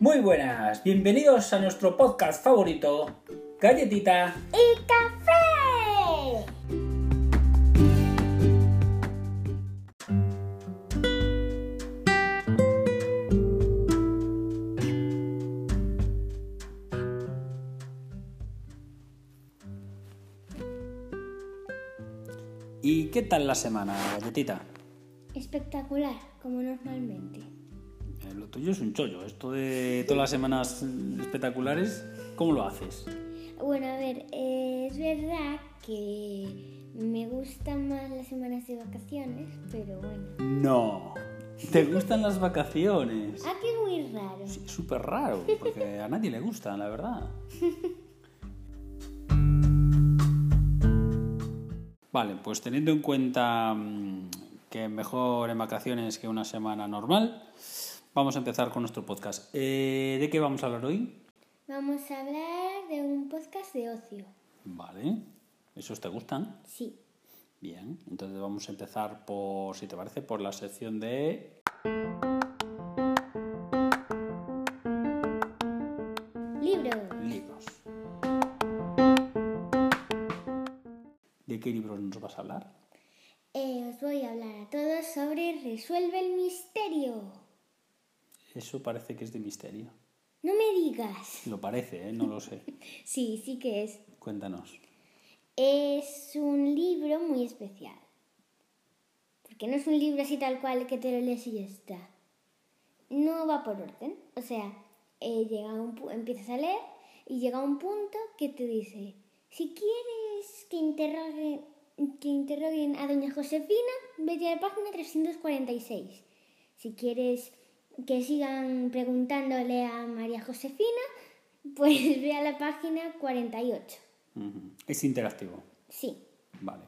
Muy buenas, bienvenidos a nuestro podcast favorito, Galletita. y café. ¿Y qué tal la semana, Galletita? Espectacular, como normalmente. Eh, Lo tuyo es un chollo, esto de todas las semanas mm, espectaculares, ¿cómo lo haces? Bueno, a ver, eh, es verdad que me gustan más las semanas de vacaciones, pero bueno. No, te gustan las vacaciones. Ah, que muy raro. Sí, es súper raro, porque a nadie le gustan, la verdad. Vale, pues teniendo en cuenta mm, que mejor en vacaciones que una semana normal, vamos a empezar con nuestro podcast. Eh, ¿De qué vamos a hablar hoy? Vamos a hablar de un podcast de ocio. Vale, ¿esos te gustan? Sí. Bien, entonces vamos a empezar por, si te parece, por la sección de... Libro. Libros. ¿De qué libros nos vas a hablar? Eh, os voy a hablar a todos sobre Resuelve el misterio. Eso parece que es de misterio. No me digas. Lo parece, ¿eh? no lo sé. Sí, sí que es. Cuéntanos. Es un libro muy especial. Porque no es un libro así tal cual que te lo lees y ya está. No va por orden. O sea, eh, llega un pu- empiezas a leer y llega un punto que te dice, si quieres que interroguen, que interroguen a doña Josefina, vete a la página 346. Si quieres que sigan preguntándole a María Josefina, pues ve a la página 48. Ujú. Es interactivo. Sí. Vale.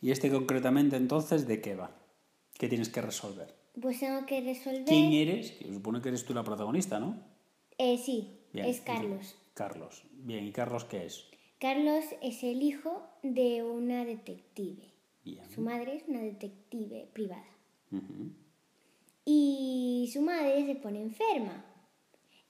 ¿Y este concretamente entonces de qué va? ¿Qué tienes que resolver? Pues tengo que resolver. ¿Quién eres? Que supone que eres tú la protagonista, ¿no? Eh, sí, Bien. es Carlos. Carlos. Bien, ¿y Carlos qué es? Carlos es el hijo de una detective. Bien. Su madre es una detective privada. Ujú. Y su madre se pone enferma.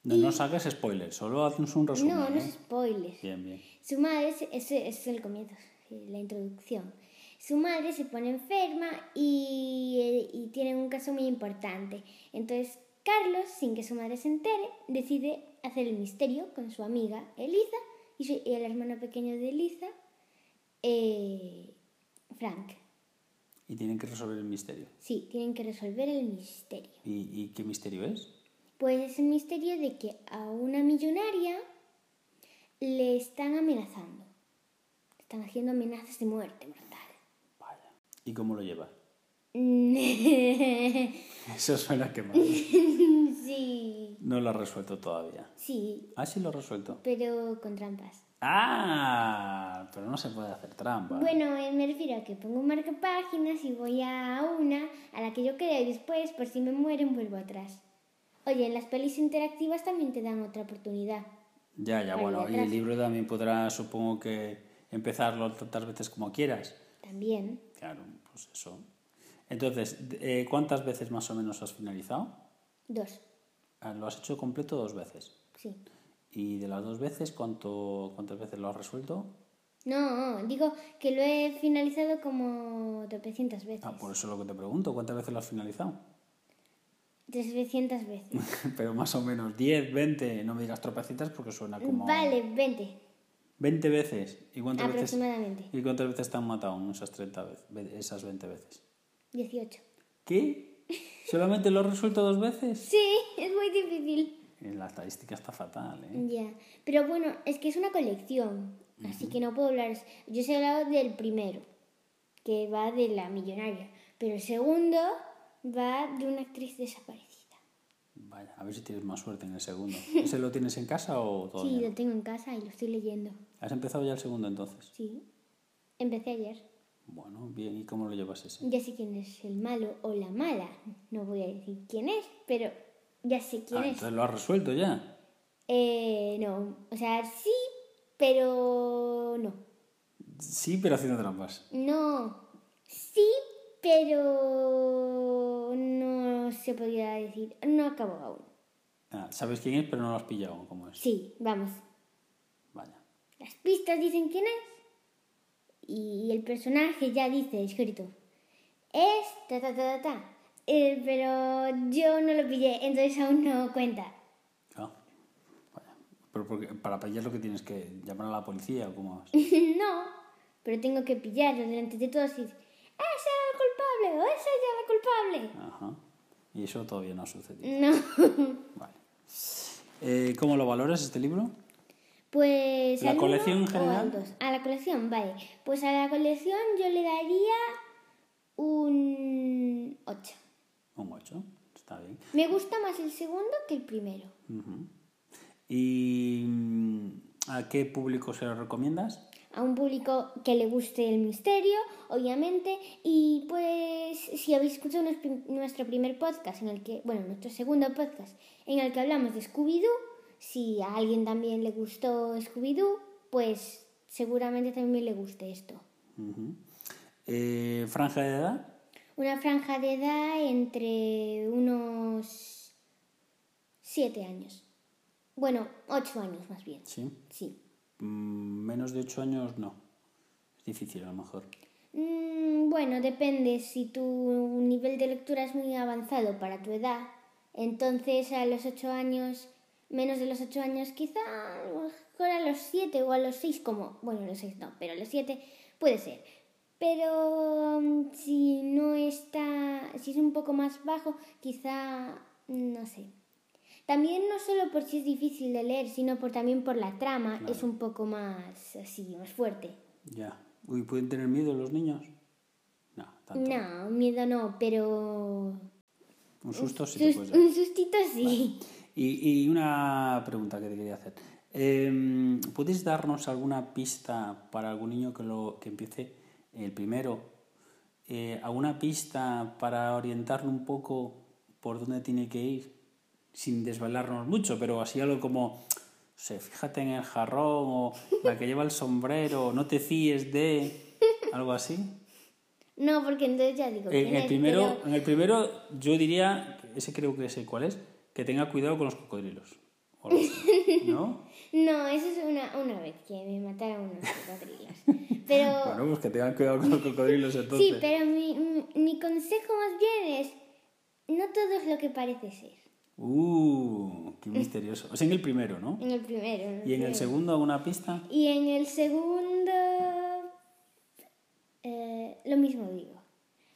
No nos hagas spoilers, solo haznos un resumen. no, no ¿eh? es spoilers. Bien, bien. Su madre, se- eso es el comienzo, eh, la introducción. Su madre se pone enferma y, eh, y tienen un caso muy importante. Entonces Carlos, sin que su madre se entere, decide hacer el misterio con su amiga Eliza y, su- y el hermano pequeño de Eliza, eh, Frank. Y tienen que resolver el misterio. Sí, tienen que resolver el misterio. ¿Y, y qué misterio es? Pues es el misterio de que a una millonaria le están amenazando. Están haciendo amenazas de muerte mortal. Vaya. ¿Y cómo lo lleva? sí, Eso suena que mal. No lo has resuelto todavía. sí, Ah, sí lo has resuelto. pero con trampas. Ah, pero no se puede hacer trampa. Bueno, eh, me refiero a que pongo un marcapáginas y voy a una a la que yo creo y después, por si me mueren, vuelvo atrás. Oye, en las pelis interactivas también te dan otra oportunidad. Ya, ya, Bueno, bueno, y el gracias. libro también podrás, supongo que, empezarlo tantas veces como quieras. También. Claro, pues eso. Entonces, de- eh, ¿cuántas veces más o menos has finalizado? Dos. Ah, Lo has hecho completo dos veces. Sí. ¿Y de las dos veces cuánto, cuántas veces lo has resuelto? No, digo que lo he finalizado como 300 veces. Ah, por eso lo que te pregunto, ¿cuántas veces lo has finalizado? 300 veces. Pero más o menos 10, 20, no me digas tropecitas porque suena como... Vale, Ah, 20 20 veces. ¿Y cuántas veces, aproximadamente. ¿Y cuántas veces te han matado en esas, 30 veces, ve- esas 20 veces? 18. ¿Qué? ¿Solamente lo has resuelto dos veces? Eh, Sí, es muy difícil. La estadística está fatal, ¿eh? Ya, pero bueno, es que es una colección, así que no puedo hablar. Yo os he hablado del primero, que va de la millonaria, pero el segundo va de una actriz desaparecida. Vaya, a ver si tienes más suerte en el segundo. ¿Ese lo tienes en casa o sí, todavía? no? lo tengo en casa y lo estoy leyendo. ¿Has empezado ya el segundo entonces? Sí, empecé ayer. Bueno, bien, ¿y cómo lo llevas ese? Ya sé quién es el malo o la mala. No voy a decir quién es, pero ya sé quién Ah, es. entonces lo has resuelto ya. Eh, no, o sea, sí, pero no. Sí, pero haciendo trampas. No, sí, pero no se podría decir. No acabó aún. Ah, ¿Sabes quién es, pero no lo has pillado? ¿Cómo es? Sí, vamos. Vale. Las pistas dicen quién es. Y el personaje ya dice escrito. Es ta ta ta ta ta. Eh, pero yo no lo pillé, entonces aún no cuenta. Ah, vale. Pero porque- para pillar lo que tienes que llamar a la policía o cómo vas. no, pero tengo que pillarlo delante de todos y decir, ese era el culpable o esa era la culpable. Ajá. Y eso todavía no ha sucedido. No. Vale. Eh, ¿Cómo lo valoras este libro? Pues. ¿La al colección en uno o general? al dos? A la colección, vale. Pues a la colección yo le daría un 8. Un 8. Está bien. Me gusta más el segundo que el primero. Ujú. ¿Y mm, a qué público se lo recomiendas? A un público que le guste el misterio, obviamente. Y pues, si habéis escuchado nues- nuestro primer podcast, en el que, bueno, nuestro segundo podcast, en el que hablamos de Scooby-Doo, si a alguien también le gustó Scooby-Doo, pues seguramente también le guste esto. Ujú. Eh, ¿Franja de edad? Una franja de edad entre unos 7 años. Bueno, 8 años más bien. Sí. Sí. Mm, menos de 8 años no. Es difícil a lo mejor. Mm, bueno, depende. Si tu nivel de lectura es muy avanzado para tu edad, entonces a los 8 años, menos de los 8 años quizá, a lo mejor a los 7 o a los 6 como, bueno, a los 6 no, pero a los 7 puede ser. Pero mm, si no está, si es un poco más bajo, quizá, mm, no sé. También no solo por si es difícil de leer, sino por también por la trama, es un poco más así, más fuerte. Ya. Uy, ¿pueden tener miedo los niños? No, tanto. No, miedo no, pero... Un susto sí te sus- puedes dar. un sustito sí. Y, y una pregunta que te quería hacer. Eh, ¿Puedes darnos alguna pista para algún niño que, lo, que empiece el primero? Eh, ¿Alguna pista para orientarlo un poco por dónde tiene que ir? Sin desvelarnos mucho, pero así algo como, no sé, fíjate en el jarrón o la que lleva el sombrero, no te fíes de... Algo así. No, porque entonces ya En digo... ¿quién Eh, el, es? primero, Pero- en el primero, yo diría, ese creo que sé cuál es, que tenga cuidado con los cocodrilos. O algo así, ¿No? No, eso es una, una vez que me mataron unos cocodrilos. Pero... Bueno, pues que tengan cuidado con los cocodrilos entonces. sí, pero mi, mi- mi consejo más bien es... No todo es lo que parece ser. Uh, qué misterioso. O sea, en el primero, ¿no? En el primero. en el Y en el primero. segundo, ¿alguna pista? Y en el segundo... eh, lo mismo digo.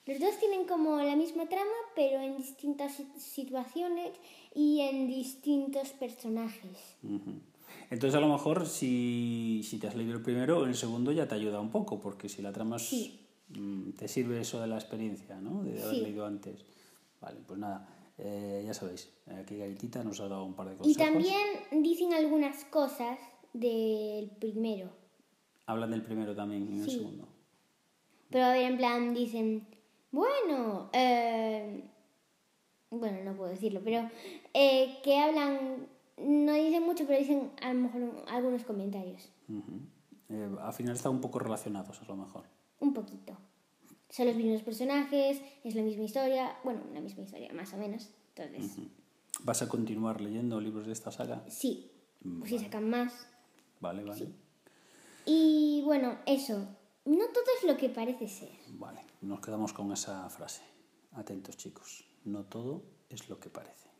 Los dos tienen como la misma trama, pero en distintas sit- situaciones y en distintos personajes. Ujú. Entonces, a lo mejor, si, si te has leído el primero, el segundo ya te ayuda un poco, porque si la trama es- Sí. mm, te sirve eso de la experiencia, ¿no? De haber Sí. leído antes. Vale, pues nada. eh, ya sabéis, aquí Gaitita nos ha dado un par de Y consejos. también dicen algunas cosas del primero. Hablan del primero también y del Sí. segundo. Pero a ver, en plan, dicen, bueno, eh, bueno, no puedo decirlo, pero eh, que hablan, no dicen mucho, pero dicen a lo mejor un- algunos comentarios. Ujú. Eh, al final están un poco relacionados, a lo mejor. Un poquito. Son los mismos personajes, es la misma historia, bueno, la misma historia, más o menos. Entonces, ¿Vas a continuar leyendo libros de esta saga? sí, pues si sacan más. Vale, vale. Y bueno, eso, no todo es lo que parece ser. Vale, nos quedamos con esa frase. Atentos, chicos. No todo es lo que parece.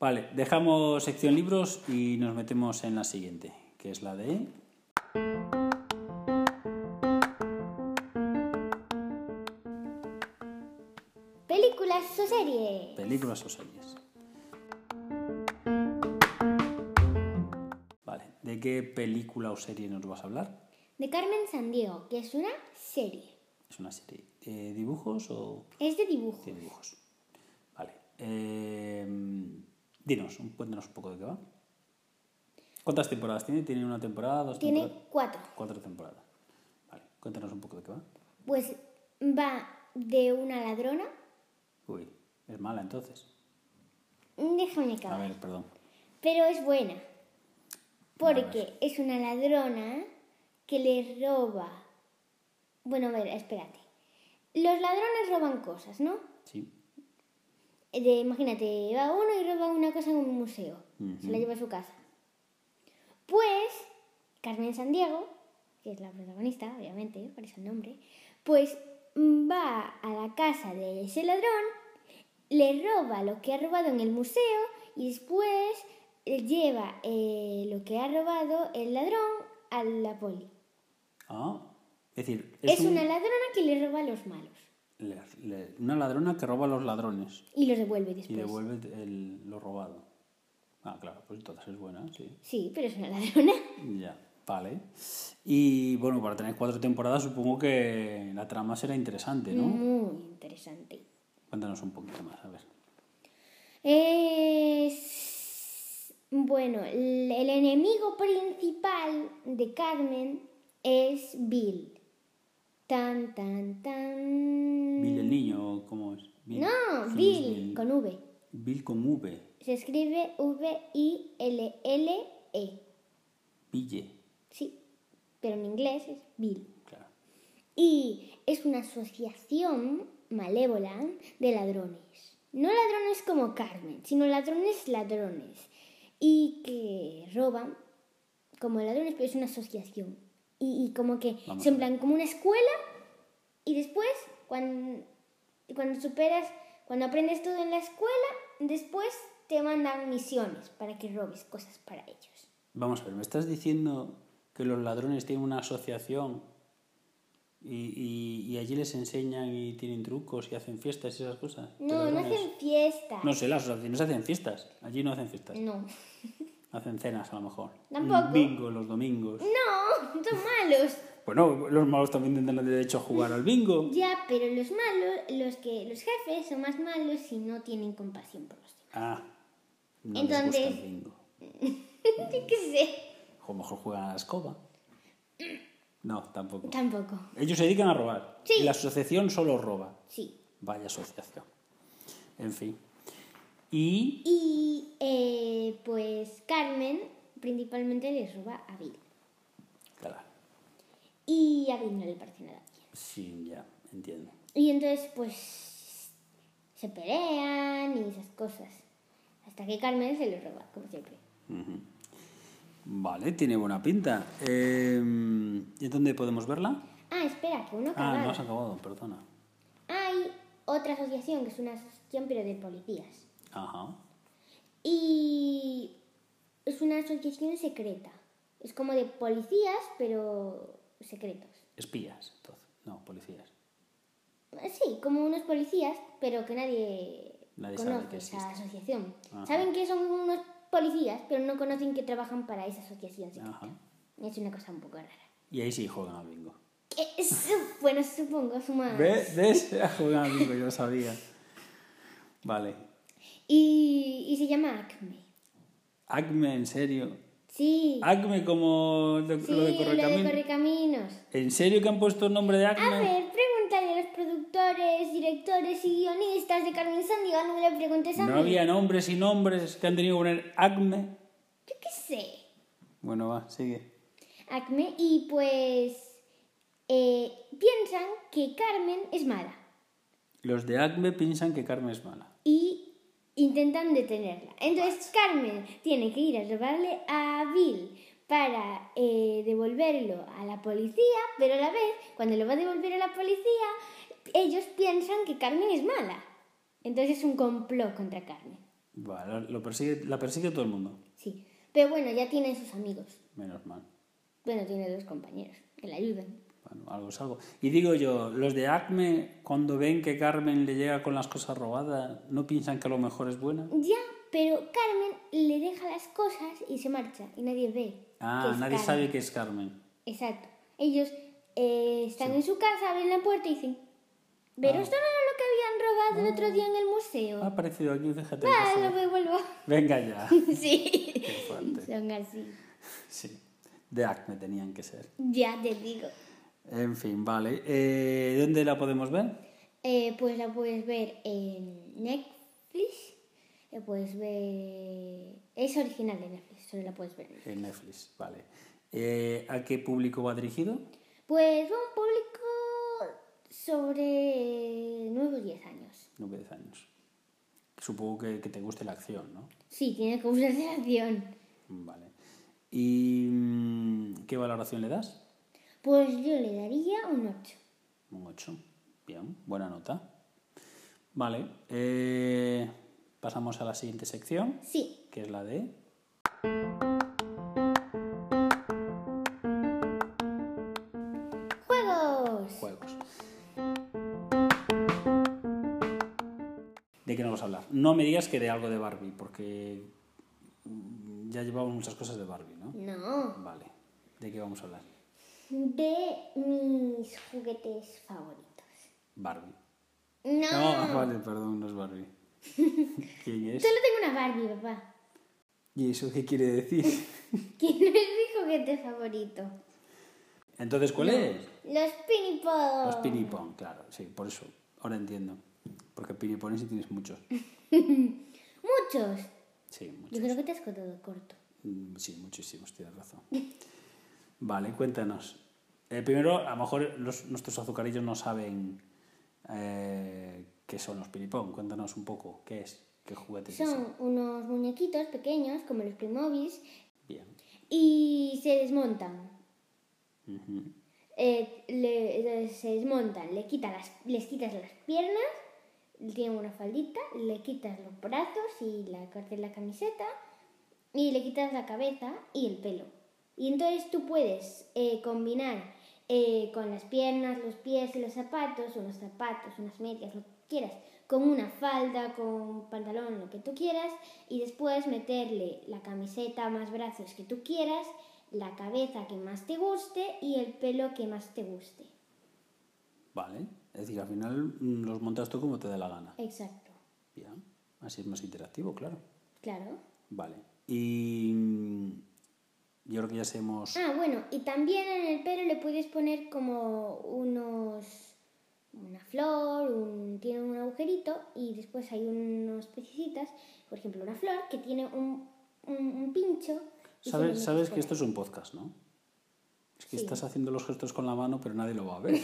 Vale, dejamos sección libros y nos metemos en la siguiente, que es la de... Películas o series. Películas o series. Vale, ¿de qué película o serie nos vas a hablar? De Carmen Sandiego, que es una serie. Es una serie. Eh, ¿Dibujos o...? Es de dibujo. de dibujos. Vale. Eh, dinos, un- cuéntanos un poco de qué va. ¿Cuántas temporadas tiene? ¿Tiene una temporada, dos Tiene temporadas? cuatro. Cuatro temporadas. Vale, cuéntanos un poco de qué va. Pues va de una ladrona. Uy, es mala entonces. Déjame A acabar. ver, perdón. Pero es buena. ver. Porque es una ladrona que le roba. Bueno, a ver, espérate. Los ladrones roban cosas, ¿no? Sí. Eh, de- imagínate, va uno y roba una cosa en un museo. Se la lleva a su casa. Pues, Carmen Sandiego, que es la protagonista, obviamente, por eso el nombre, pues mm, va a la casa de ese ladrón, le roba lo que ha robado en el museo y después eh, lleva eh, lo que ha robado el ladrón a la poli. Ah, es decir, Es, es, un- una ladrona que le roba a los malos le- le- una ladrona que roba a los ladrones. y los devuelve después. Y devuelve el- lo robado. Ah, claro, pues entonces es buena, sí. Sí, pero es una ladrona. Ya, vale. Y bueno, para tener cuatro temporadas supongo que la trama será interesante, ¿no? Muy interesante. Cuéntanos un poquito más, a ver. Es... Bueno, el el enemigo principal de Carmen es Bill. Tan, tan, tan. Bill el niño, ¿cómo es? Bill. No, ¿Quién es Bill, con V. Bill con V. Se escribe V-I-L-L-E. Ville. E. Sí, pero en inglés es Bill. Claro. Y es una asociación malévola de ladrones. No ladrones como Carmen, sino ladrones ladrones. Y que roban como ladrones, pero es una asociación. Y, y como que Vamos se a ver. plan como una escuela y después cuando, cuando superas, cuando aprendes todo en la escuela, después te mandan misiones para que robes cosas para ellos. Vamos a ver, ¿me estás diciendo que los ladrones tienen una asociación y, y- y allí les enseñan y tienen trucos y hacen fiestas y esas cosas? No, no Ladrones. hacen fiesta. No sé, las asociaciones hacen fiestas. Allí no hacen fiestas. No. Hacen cenas a lo mejor. Mm. Tampoco. Un bingo los domingos. No, son malos. Bueno, los malos también tendrán derecho a jugar al bingo. Ya, pero los malos, los que los jefes son más malos si no tienen compasión por los demás. Ah. No les Entonces- gusta el bingo. Yo qué sé. O a lo mejor juegan a la escoba. No, tampoco. Tampoco. Ellos se dedican a robar. Sí. Y la asociación solo roba. Sí. Vaya asociación. En fin. Y Y eh, pues Carmen principalmente le roba a Bill. claro, Y a Bill no le parece nada bien. sí, ya, entiendo. Y entonces pues se pelean y esas cosas. Hasta que Carmen se lo roba, como siempre. Vale, tiene buena pinta. Eh, ¿Y dónde podemos verla? Ah, espera, que uno Ah, no acaba. has acabado, perdona. Hay otra asociación que es una asociación pero de policías. Ajá. Y es una asociación secreta. Es como de policías, pero secretos. Espías, entonces. No, policías. Sí, como unos policías, pero que nadie, Nadie sabe que conoce esa existe. asociación. Ajá. Saben que son unos policías, pero no conocen que trabajan para esa asociación secreta. Ajá. Es una cosa un poco rara. Y ahí sí juegan al bingo. Que su- bueno, supongo, suma. ¿Ves? ¿Ves? Juegan al bingo, yo lo sabía. Vale. Y, y se llama Acme. Acme, en serio. Sí, Acme como Ah, lo, sí, lo de Correcamino. Correcaminos. ¿En serio que han puesto el nombre de A Acme? ver, pregúntale a los productores, directores y guionistas de Carmen Sandiego, no me le preguntes a No mí. había nombres y nombres que han tenido que poner Acme. Yo qué sé. Bueno, va, sigue. Acme, y pues eh, piensan que Carmen es mala Los de Acme piensan que Carmen es mala. y intentan detenerla. Entonces Carmen tiene que ir a robarle a Bill para eh, devolverlo a la policía, pero a la vez, cuando lo va a devolver a la policía, ellos piensan que Carmen es mala. Entonces es un complot contra Carmen. Vale, lo persigue, la persigue todo el mundo. Sí, pero bueno, ya tiene sus amigos. Menos mal. Bueno, tiene dos compañeros que le ayudan. Bueno, algo es algo. Y digo yo, los de Acme, cuando ven que Carmen le llega con las cosas robadas, ¿no piensan que a lo mejor es buena? Ya, pero Carmen le deja las cosas y se marcha y nadie ve. Ah, que es nadie Carmen. sabe que es Carmen. Exacto. Ellos eh, están en su casa, abren la puerta y dicen, Ah. pero esto no era lo que habían robado el otro día en el museo. Ha aparecido aquí, fíjate. ah, que lo Ah. sí. devuelvo. Venga ya. sí. Qué fuerte. Son así. Sí, de Acme tenían que ser. Ya te digo. En fin, vale. Eh, ¿Dónde la podemos ver? Eh, pues la puedes ver en Netflix. La puedes ver... Es original de Netflix, solo la puedes ver. en En Netflix, vale. Eh, ¿A qué público va dirigido? Pues va un público sobre 9 o 10 años. Nueve años. Supongo que, que te guste la acción, ¿no? Sí, tiene que usar de acción. Vale. ¿Y mm, qué valoración le das? Pues yo le daría un 8. Un 8. Bien, buena nota. Vale. eh, pasamos a la siguiente sección, Sí, que es la de... juegos. juegos. ¿De qué nos vas a hablar? No me digas que de algo de Barbie, porque mm, ya llevamos muchas cosas de Barbie, ¿no? No, Vale. ¿De qué vamos a hablar? de mis juguetes favoritos. Barbie. No, No, vale, perdón, no es Barbie. ¿Quién es? solo tengo una Barbie, papá. ¿Y eso qué quiere decir? Que no es mi juguete favorito. Entonces, ¿cuál es? Los pinipos. Los pinipón, claro, sí, por eso. Ahora entiendo. Porque pinipones sí tienes muchos. Muchos. Sí, muchos. Yo creo que te has quedado corto. Mm, Sí, muchísimos, tienes razón. Vale, cuéntanos. Eh, primero, a lo mejor los- nuestros azucarillos no saben eh, qué son los piripón. Cuéntanos un poco, ¿qué es? ¿Qué juguetes es? Son unos muñequitos pequeños, como los Playmobiles, Bien. y se desmontan. Ujú. Eh, le- se desmontan, le quita las, les quitas las piernas, tiene una faldita, le quitas los brazos y la cortas la camiseta y le quitas la cabeza y el pelo. Y entonces tú puedes eh, combinar eh, con las piernas, los pies y los zapatos, unos zapatos, unas medias, lo que quieras, con una falda, con un pantalón, lo que tú quieras, y después meterle la camiseta, más brazos que tú quieras, la cabeza que más te guste y el pelo que más te guste. Vale. Es decir, al final mm, los montas tú como te dé la gana. Exacto, Bien. Así es más interactivo, claro. claro. Vale. Y mm, yo creo que ya sabemos... Ah, bueno, y también en el pelo le puedes poner como unos. una flor, un, tiene un agujerito y después hay unos piecitas, por ejemplo, una flor que tiene un, un, un pincho. y se lo Sabes, metes sabes por que esto es un podcast, ¿no? Es que Sí. estás haciendo los gestos con la mano, pero nadie lo va a ver. ahí.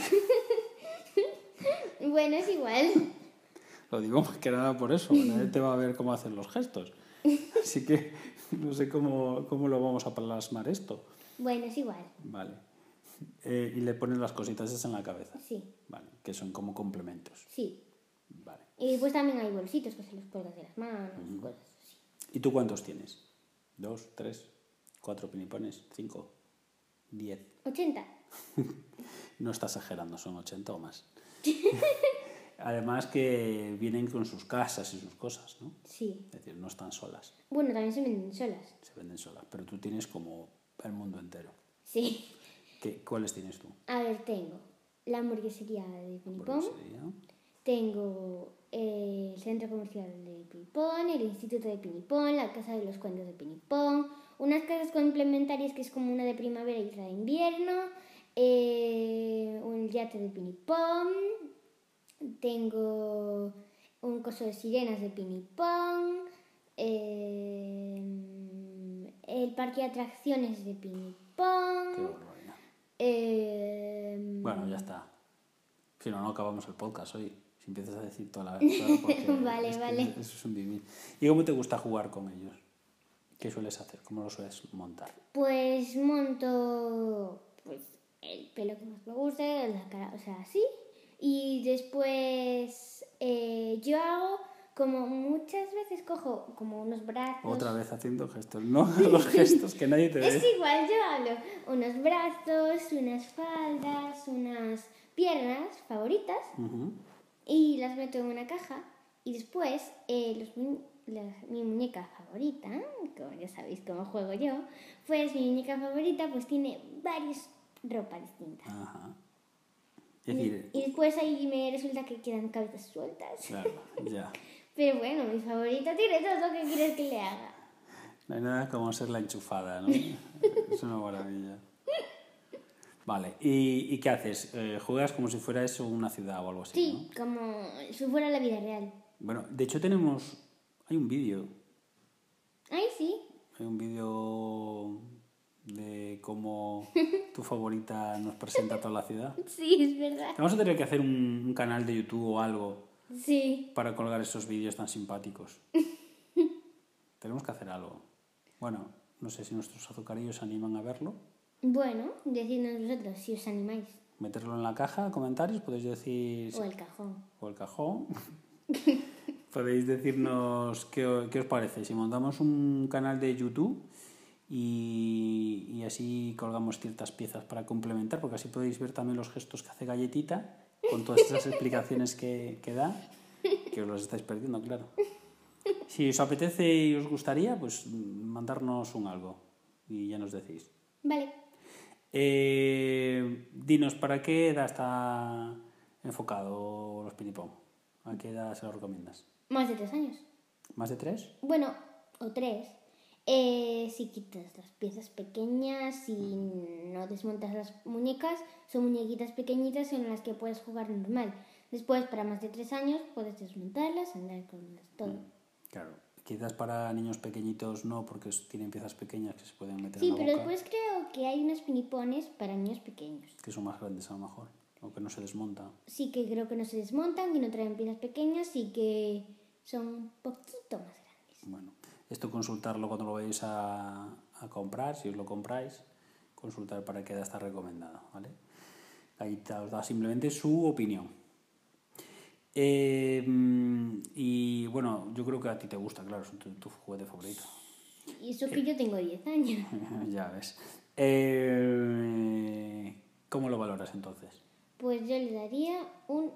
Bueno, es igual. Lo digo más que nada por eso, nadie te va a ver cómo hacen los gestos. Así que no sé cómo, cómo lo vamos a plasmar esto. bueno, es igual. Vale. Eh, y le pones las cositas esas en la cabeza. Sí, Vale, que son como complementos. sí. Vale. Y después también hay bolsitos que se los cuelgas de las manos, cosas así. ¿Y tú cuántos tienes? ¿Dos, tres, cuatro pinipones, cinco, diez? 80. No está exagerando, son 80 o más. Además que vienen con sus casas y sus cosas, ¿no? Sí. Es decir, no están solas, Bueno, también se venden solas. se venden solas, pero tú tienes como el mundo entero. Sí. ¿Qué- ¿Cuáles tienes tú? A ver, tengo la hamburguesería de Pinipón. Hamburguesería. Tengo eh, el centro comercial de Pinipón, el instituto de Pinipón, la casa de los cuentos de Pinipón, unas casas complementarias que es como una de primavera y otra de invierno, eh, un yate de Pinipón, tengo un coso de sirenas de Pinipón, eh, el parque de atracciones de Qué Pinipón. barbaridad. eh, Bueno, ya está. Si no, no acabamos el podcast hoy. Si empiezas a decir toda la verdad. porque Vale, es que vale. Eso es un vivir. ¿Y cómo te gusta jugar con ellos? ¿Qué sueles hacer? ¿Cómo lo sueles montar? Pues monto pues, el pelo que más me guste, la cara, o sea, así. Y después eh, yo hago como muchas veces cojo como unos brazos. Otra vez haciendo gestos. No los gestos que nadie te Ah. Es ve. igual, yo hablo unos brazos, unas faldas, unas piernas favoritas Ujú. y las meto en una caja. Y después eh, los mu- la- mi muñeca favorita, como ya sabéis cómo juego yo, pues mi muñeca favorita pues tiene varias ropas distintas. Ajá. Ah, Es decir, Y después ahí me resulta que quedan cabezas sueltas. claro, ya. Pero bueno, mi favorita tiene todo lo que quieres que le haga. No hay nada como ser la enchufada, ¿no? es una maravilla. Vale, ¿y, y qué haces? Eh, ¿Juegas como si fuera eso una ciudad o algo así? ¿no? Sí, como si fuera la vida real. Bueno, de hecho tenemos... Hay un vídeo. Ay, sí. Hay un vídeo de cómo tu favorita nos presenta toda la ciudad. Sí, es verdad. Vamos a tener que hacer un, un canal de YouTube o algo Sí. para colgar esos vídeos tan simpáticos. Tenemos que hacer algo. Bueno, no sé si nuestros azucarillos se animan a verlo. Bueno, decidnos vosotros si os animáis. Meterlo en la caja, comentarios, podéis decir... O el cajón. o el cajón. Podéis decirnos qué, o- qué os parece. Si montamos un canal de YouTube y, y así colgamos ciertas piezas para complementar, porque así podéis ver también los gestos que hace Galletita con todas esas explicaciones que, que da, que os los estáis perdiendo, claro. Si os apetece y os gustaría, pues mm, mandarnos un algo y ya nos decís. Vale. Eh, dinos, ¿para qué edad está enfocado los pinipón? ¿A qué edad se los recomiendas? Más de tres años. ¿Más de tres? Bueno, o tres. Eh, si quitas las piezas pequeñas, si no desmontas las muñecas, son muñequitas pequeñitas en las que puedes jugar normal. Después, para más de tres años, puedes desmontarlas, andar con ellas, Mm, todo. Claro. Quizás para niños pequeñitos no, porque es- tienen piezas pequeñas que se pueden meter Sí, en la pero boca, después creo que hay unos pinipones para niños pequeños. que son más grandes a lo mejor, o que no se desmonta. Sí que creo que no se desmontan, que no traen piezas pequeñas y que son un poquito más grandes. Bueno, esto consultarlo cuando lo vayáis a, a comprar, si os lo compráis, consultar para qué edad está recomendado, ¿vale? Ahí te- os da simplemente su opinión. Eh, mm, y bueno, yo creo que a ti te gusta, claro, es tu, tu juguete favorito. Y eso que yo tengo 10 años. ya ves. Eh, ¿Cómo lo valoras entonces? Pues yo le daría un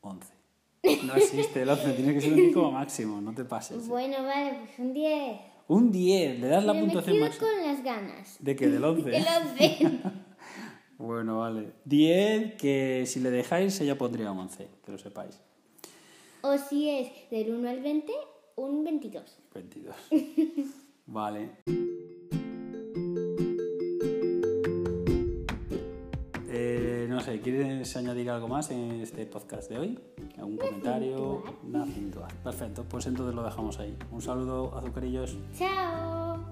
11. No existe el 11, tiene que ser un 10 como máximo, no te pases. Bueno, vale, pues un 10. Un 10, le das la Pero me puntuación quedo máxima. con las ganas. ¿De qué? ¿Del 11? El 11. Bueno, vale. 10, que si le dejáis, ella pondría un 11, que lo sepáis. o si es del 1 al 20, un 22. 22. Vale. Eh, no sé, ¿quieres añadir algo más en este podcast de hoy? ¿Algún comentario? puntual. Nada, puntual. Perfecto, pues entonces lo dejamos ahí. Un saludo, azucarillos. Chao.